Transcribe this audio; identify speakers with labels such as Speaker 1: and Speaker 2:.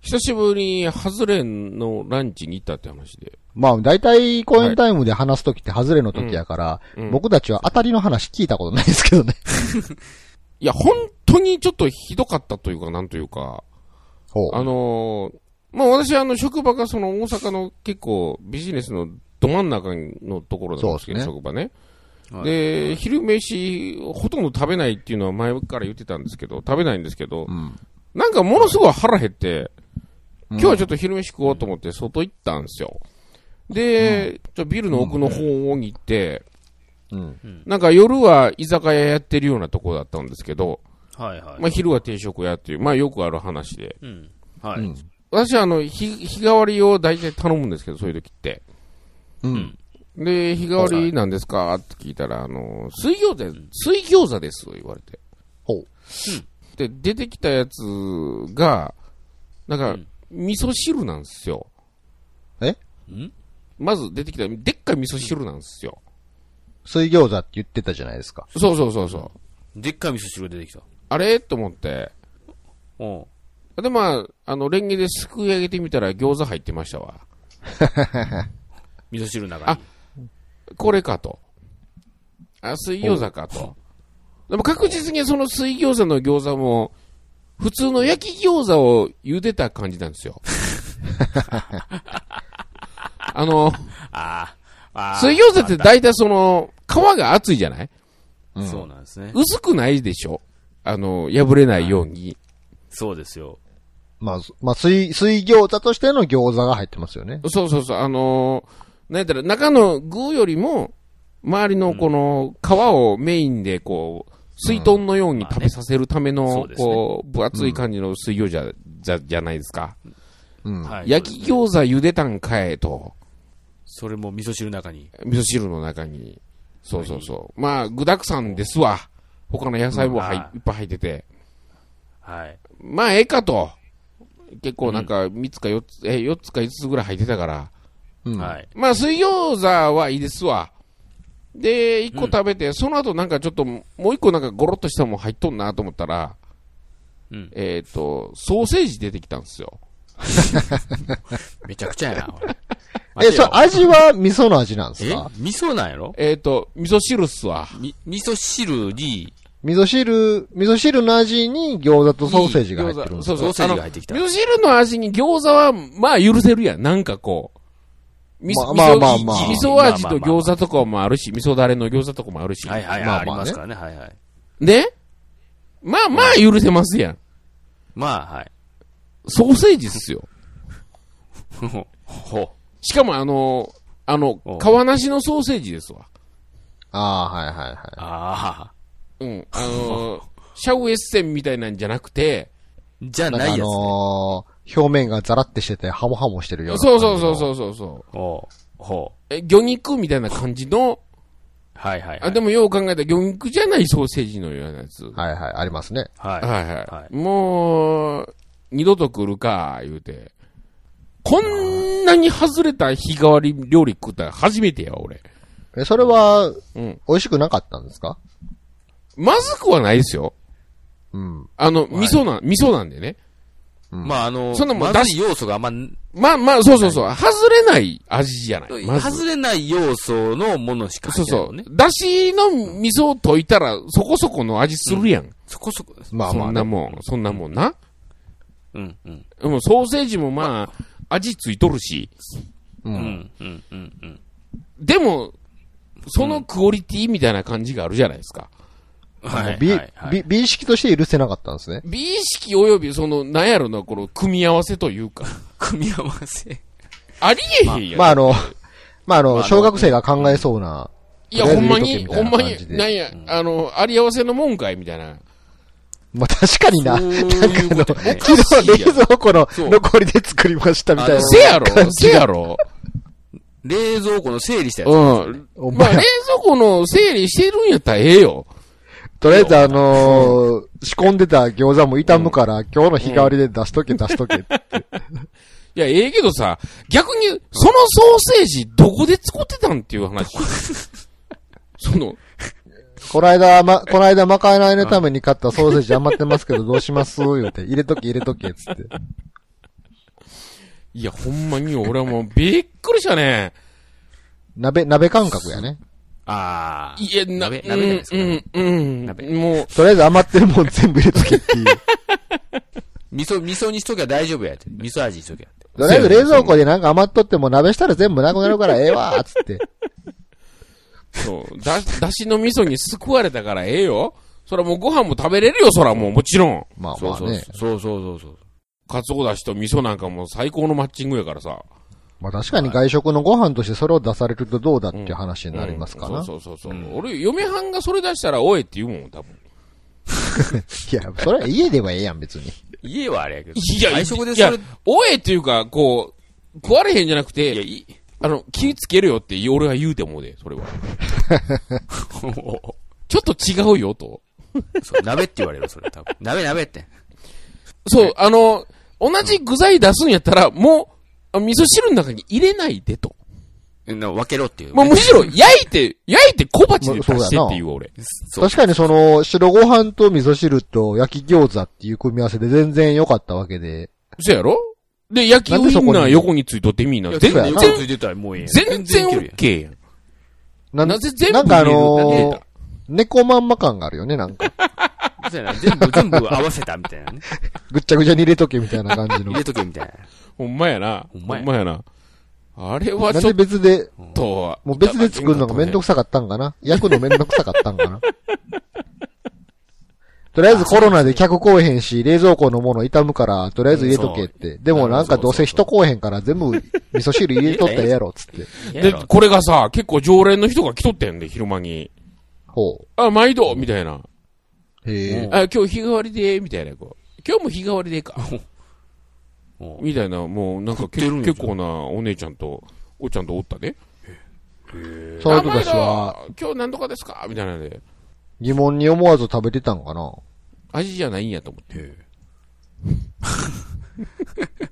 Speaker 1: 久しぶりにハズレンのランチに行ったって話で。
Speaker 2: まあ、大体公演タイムで話すときって外れのときやから、
Speaker 1: うん、
Speaker 2: 僕たちは当たりの話聞いたことないですけどね。
Speaker 1: いや、本当にちょっとひどかったというか、なんというか、
Speaker 2: ほ
Speaker 1: あのーまあ、私、あの、職場がその大阪の結構ビジネスのど真ん中のところなんですけど、
Speaker 2: そ
Speaker 1: 職場ね。
Speaker 3: はい
Speaker 1: で、昼飯、ほとんど食べないっていうのは前から言ってたんですけど、食べないんですけど、
Speaker 2: ん
Speaker 1: なんかものすごい腹減って、今日はちょっと昼飯食おうと思って外行ったんですよ。で、ちょっとビルの奥の方に行って、
Speaker 2: うん。
Speaker 1: なんか夜は居酒屋やってるようなとこだったんですけど、
Speaker 3: はいはい。
Speaker 1: まあ昼は定食屋っていう、まあよくある話で。
Speaker 3: うん。はい。
Speaker 2: うん
Speaker 1: 私はあの日、日替わりを大体頼むんですけど、そういう時って。
Speaker 2: うん。
Speaker 1: で、日替わりなんですかって聞いたら、あの、水餃子、水餃子です、言われて。
Speaker 2: ほう。
Speaker 1: で、出てきたやつが、なん
Speaker 3: う
Speaker 1: か
Speaker 3: ん、
Speaker 1: 味噌汁なんですよ。
Speaker 3: うん
Speaker 1: まず出てきた、でっかい味噌汁なんですよ。
Speaker 2: 水餃子って言ってたじゃないですか。
Speaker 1: そうそうそうそう。
Speaker 3: でっかい味噌汁が出てきた。
Speaker 1: あれと思って。
Speaker 3: おう
Speaker 1: で、まあ、あの、レンゲですくい上げてみたら餃子入ってましたわ。
Speaker 3: 味噌汁の中に。
Speaker 1: これかと。あ、水餃子かと。でも確実にその水餃子の餃子も、普通の焼き餃子を茹でた感じなんです よ。あの、
Speaker 3: ああ。あー
Speaker 1: 水餃子って大体その、皮が厚いじゃない
Speaker 2: うん
Speaker 3: そうなんですね。
Speaker 1: 薄くないでしょあの、破れないように。
Speaker 3: そうですよ。
Speaker 2: まあ、まあ、水、水餃子としての餃子が入ってますよね。
Speaker 1: そうそうそう、あのー、なんやったら中の具よりも、周りのこの皮をメインでこう、水豚のように食べさせるため
Speaker 3: まあね
Speaker 1: の
Speaker 3: そう、ですね
Speaker 1: こう、分厚い感じの水餃子じゃ、じゃないですか。
Speaker 2: うん。
Speaker 3: はい。
Speaker 1: 焼き
Speaker 3: 子
Speaker 1: 餃子茹でたんかえと、
Speaker 3: それも味噌汁の中に。
Speaker 1: 味噌汁の中に。そうそうそう。まあ、具沢山ですわ。他の野菜もはい
Speaker 3: うんあー
Speaker 1: いっぱい入ってて。
Speaker 3: はい。
Speaker 1: まあ、ええかと。結構なんか、3つか4つ、え、4つか5つぐらい入ってたから。
Speaker 2: うん。
Speaker 3: はい。
Speaker 1: まあ、水餃子はいいですわ。で、一個食べて、その後なんかちょっと、もう一個なんかゴロっとしたもん入っとんなと思ったら、
Speaker 3: うん。
Speaker 1: えっ、と、ソーセージ出てきたんですよ。
Speaker 3: めちゃくちゃやな、 これ。
Speaker 2: え、それ
Speaker 3: あ
Speaker 2: 味は味噌の味なんです
Speaker 3: え
Speaker 2: か
Speaker 3: 味噌なんやろ
Speaker 1: えっ、と、味噌汁っすわ。
Speaker 3: み、味噌汁に、
Speaker 2: 味噌汁、味噌汁の味に餃子とソーセージが入ってるんです
Speaker 1: そ
Speaker 2: か
Speaker 1: う
Speaker 3: ソ
Speaker 1: そう
Speaker 3: ーセージ
Speaker 1: あ
Speaker 3: が
Speaker 1: の
Speaker 3: 入ってきた
Speaker 1: 味。噌汁の味に餃子は、まあ許せるやん。なんかこう。味噌、
Speaker 2: まあ
Speaker 1: 味噌
Speaker 2: まあまあまあ
Speaker 1: 味噌味と餃子とかもあるし、味噌だれの餃子とかもあるし。
Speaker 3: はいは
Speaker 2: ま
Speaker 3: い
Speaker 2: あまあ
Speaker 3: はい。あり
Speaker 2: ね
Speaker 3: ますからね。はいはい。
Speaker 1: ねまあまあ許せますやん。
Speaker 3: まあ、はい。
Speaker 1: ソーセージっすよ。
Speaker 3: ほ ほ。
Speaker 1: しかもあの、あの、
Speaker 3: お
Speaker 1: 皮なしのソーセージですわ。
Speaker 2: ああ、はいはいは
Speaker 3: ああ。
Speaker 1: うん。あ のーシャウエッセンみたいなんじゃなくて、
Speaker 3: じゃ
Speaker 2: い。なん
Speaker 3: ない
Speaker 2: か
Speaker 3: や
Speaker 2: あ
Speaker 3: つね。
Speaker 2: のー、表面がザラってしてて、ハモハモしてるような
Speaker 1: そうそうそう
Speaker 2: う。
Speaker 1: そうそうそう。
Speaker 3: ほう。ほう。
Speaker 1: え、魚肉みたいな感じの、
Speaker 3: はいはいはい。
Speaker 1: あ、でもよう考えたら魚肉じゃないソーセージのようなやつ。は
Speaker 2: はいはい、ありますね。
Speaker 3: はい
Speaker 1: い。はい、
Speaker 3: はい
Speaker 1: もう、二度と来るか、言うて。こんなに外れた日替わり料理食ったら初めてや、俺。
Speaker 2: え、それは、
Speaker 1: うん
Speaker 2: 美味しくなかったんですか
Speaker 1: まずくはないですよ。
Speaker 2: うん。
Speaker 1: あの、味噌な、味噌なんでね。
Speaker 3: まああの、
Speaker 1: そんなもん
Speaker 3: ま
Speaker 1: だ
Speaker 3: ずい要素があんまん、
Speaker 1: まあまあ、そうそうそう。外れない味じゃない。まず。
Speaker 3: 外れない要素のものしか
Speaker 1: そう
Speaker 3: 入ってない
Speaker 1: そ
Speaker 3: もん
Speaker 1: う
Speaker 3: ね。。
Speaker 1: だしの味噌を溶いたら、そこそこの味するやん。
Speaker 3: そこそこ。
Speaker 2: まあま
Speaker 1: そ
Speaker 2: あ
Speaker 1: ん
Speaker 2: ね、
Speaker 1: なもん、そんなもんな。
Speaker 3: うん、うん。
Speaker 1: でもソーセージもまあ、味ついとるし。
Speaker 2: う。
Speaker 3: うんん、うん、うん、うん。
Speaker 1: でも、そのクオリティみたいな感じがあるじゃないですか。
Speaker 3: はい
Speaker 2: 美
Speaker 3: はいはい
Speaker 2: 美美意識として許せなかったんですね。
Speaker 1: 美意識及びその、なんやろな、この組み合わせというか。
Speaker 3: 組み合わせ。
Speaker 1: ありえへんやん。
Speaker 2: まあ あの、まああ
Speaker 3: まああ
Speaker 2: の、
Speaker 3: の
Speaker 2: 小学生が考えそうな、
Speaker 1: いや、
Speaker 2: とりあ
Speaker 1: ほ
Speaker 2: えず
Speaker 1: んま
Speaker 2: 入れ
Speaker 1: に、
Speaker 2: とけ
Speaker 1: ほん
Speaker 2: みた
Speaker 1: ま
Speaker 2: いな感
Speaker 1: に
Speaker 2: じ、で
Speaker 1: なんや、あの、あり合わせのもんかいみたいな。
Speaker 2: まあ確かにな、
Speaker 1: そ
Speaker 2: な
Speaker 1: うんいうこと
Speaker 2: か
Speaker 1: ね
Speaker 2: あの、昨日冷蔵庫の
Speaker 1: そう
Speaker 2: 残りで作りましたみたいな
Speaker 3: あの。
Speaker 1: せやろせやろ
Speaker 3: 冷蔵庫の整理したやつ。
Speaker 1: うん。
Speaker 2: お
Speaker 1: まあ、
Speaker 2: 前
Speaker 1: 冷蔵庫の整理してるんやったらええよ。
Speaker 2: とりあえずあのー仕込んでた餃子も傷むから、今日の日替わりで出しとけ出しとけ。
Speaker 1: いや、ええけどさ、逆に、そのソーセージ、どこで作ってたんっていう話。 その、
Speaker 2: この間、ま、この間まかないのために買ったソーセージ余ってますけどどうします言うて、入れとけ入れとけ、つって。
Speaker 1: いや、ほんまによ、俺はもう、びっくりしたね。
Speaker 2: 鍋、鍋感覚やね。
Speaker 3: ああ。
Speaker 1: いや、な、
Speaker 3: 鍋、鍋じゃないですかね、
Speaker 1: うん、うん、
Speaker 3: 鍋
Speaker 1: うん。もう、
Speaker 2: とりあえず余ってるもん全部入れとけって いう。
Speaker 3: 味噌、味噌にしときゃ大丈夫やって。味噌味にしときゃって。
Speaker 2: とりあえず冷蔵庫でなんか余っとっても鍋したら全部なくなるからええわーっつって。
Speaker 1: そう、だ、だしの味噌に救われたからええよ。そらもうご飯も食べれるよ、そらもう、もちろん。
Speaker 2: まあ
Speaker 3: そう
Speaker 2: まあ
Speaker 3: そう
Speaker 2: ね。
Speaker 3: そうそうそうそう。
Speaker 1: かつおだしと味噌なんかもう最高のマッチングやからさ。
Speaker 2: まあ確かに外食のご飯としてそれを出されるとどうだっていう話になりますか
Speaker 1: う
Speaker 2: ら
Speaker 1: ん。そうそうそうそう、
Speaker 3: うん
Speaker 1: 俺、嫁はんがそれ出したら、おいって言うもん、多分。
Speaker 2: いや、それは家ではええやん別に。
Speaker 3: 家はあれやけど。
Speaker 1: いや、
Speaker 3: 外食で
Speaker 1: いや
Speaker 3: それ、、
Speaker 1: おえっていうか、こう、食われへんじゃなくて、あの、気ぃつけるよって俺は言うて思うで、それは。ちょっと違うよ、と。
Speaker 3: そう鍋って言われる、それ多分。鍋鍋って。
Speaker 1: そう、あの、同じ具材出すんやったら、もう、あ味噌汁の中に入れないでと。
Speaker 3: な分けろっていうね。
Speaker 1: まあ、むしろ、焼いて、焼いて小鉢で出してっていう俺。
Speaker 3: そう。
Speaker 2: 確かにその、白ご飯と味噌汁と焼き餃子っていう組み合わせで全然良かったわけで。
Speaker 1: そうやろで、焼きウインナー横についとってみんな。全
Speaker 3: 全
Speaker 2: そうや
Speaker 3: 然、
Speaker 1: 然
Speaker 2: な、
Speaker 3: ついてたらもうええやん。
Speaker 1: 全然
Speaker 3: い
Speaker 1: オ
Speaker 3: けるや
Speaker 1: ッケーやん。
Speaker 2: な
Speaker 1: なぜ全部
Speaker 2: なんかあ
Speaker 1: 入れるんだ
Speaker 2: の
Speaker 1: って
Speaker 2: 猫まんま感があるよね、なんか。
Speaker 3: んそうやな全部、全部合わせたみたいなね。
Speaker 2: ぐっちゃぐちゃに入れとけみたいな感じ
Speaker 3: 入
Speaker 2: の。
Speaker 3: れとけみたいな。
Speaker 1: ほんまやな。
Speaker 3: ほんまや
Speaker 1: やな。 あれは
Speaker 2: なん
Speaker 1: ちょ
Speaker 2: で
Speaker 1: っ
Speaker 2: 別で、
Speaker 1: と、
Speaker 2: もう別で作るのがめんどくさかったんかな焼くのめんどくさかったんかな とりあえずコロナで客来えへんし、冷蔵庫のもの傷むから、とりあえず入れとけって。でもなんかどうせ人来えへんから全部味噌汁入れとったらええやろ、つって。
Speaker 1: で、これがさ、結構常連の人が来とったやんで、昼間に。
Speaker 2: ほ
Speaker 1: あ、毎度みたいな。
Speaker 2: う。へえ。
Speaker 1: あ、今日日替わりで、みたいな。こう今日も日替わりでか。
Speaker 3: も
Speaker 1: みたいな、もうなんか
Speaker 3: 食って
Speaker 1: け
Speaker 3: るんや
Speaker 1: 結構なお姉ちゃんと、おっちゃんとおったで。
Speaker 2: その人たちは
Speaker 1: あ毎度今日何とかですかみたいなんで。
Speaker 2: 疑問に思わず食べてたんかな
Speaker 1: 味じゃないんやと思って。
Speaker 3: うへえ